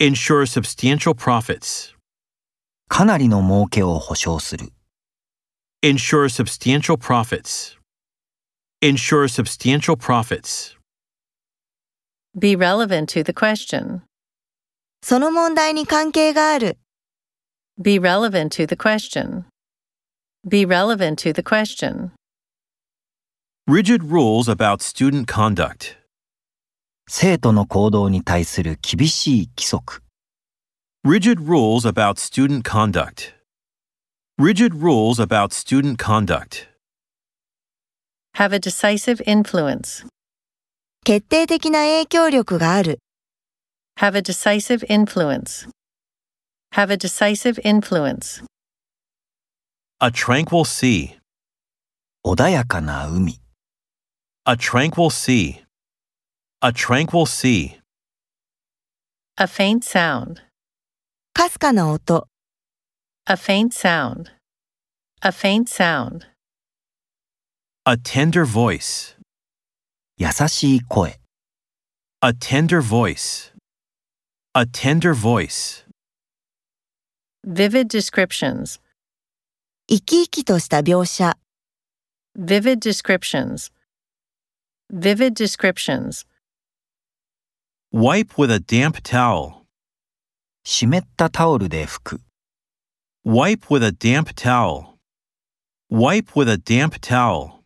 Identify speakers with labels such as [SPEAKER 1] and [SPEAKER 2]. [SPEAKER 1] ensure substantial profits,
[SPEAKER 2] かなりの儲けを保証する。
[SPEAKER 1] ensure substantial profits, ensure substantial profits.
[SPEAKER 3] Be relevant to the question.
[SPEAKER 4] その問題に関係がある。
[SPEAKER 3] Be relevant to the question. Be relevant to the question.
[SPEAKER 1] Rigid rules about student conduct,
[SPEAKER 2] 生徒の行動に対する厳しい規則。
[SPEAKER 1] rigid rules about student conduct, rigid rules about student conduct.
[SPEAKER 3] Have a decisive influence.
[SPEAKER 4] 決定的な影響力がある。
[SPEAKER 3] Have a decisive influence. Have a decisive influence.
[SPEAKER 1] A tranquil sea,
[SPEAKER 2] 穏やかな海。
[SPEAKER 1] a tranquil sea, a tranquil sea.
[SPEAKER 3] A faint sound.
[SPEAKER 4] かすかな音。
[SPEAKER 3] A faint sound. A faint sound.
[SPEAKER 1] A tender voice,
[SPEAKER 2] 優しい声。
[SPEAKER 1] a tender voice, a tender voice.
[SPEAKER 3] Vivid descriptions.
[SPEAKER 4] 生き生きとした描写。
[SPEAKER 3] Vivid descriptions. Vivid descriptions.
[SPEAKER 1] Wipe with a damp towel,
[SPEAKER 2] 湿ったタオルで拭く。
[SPEAKER 1] wipe with a damp towel, wipe with a damp towel.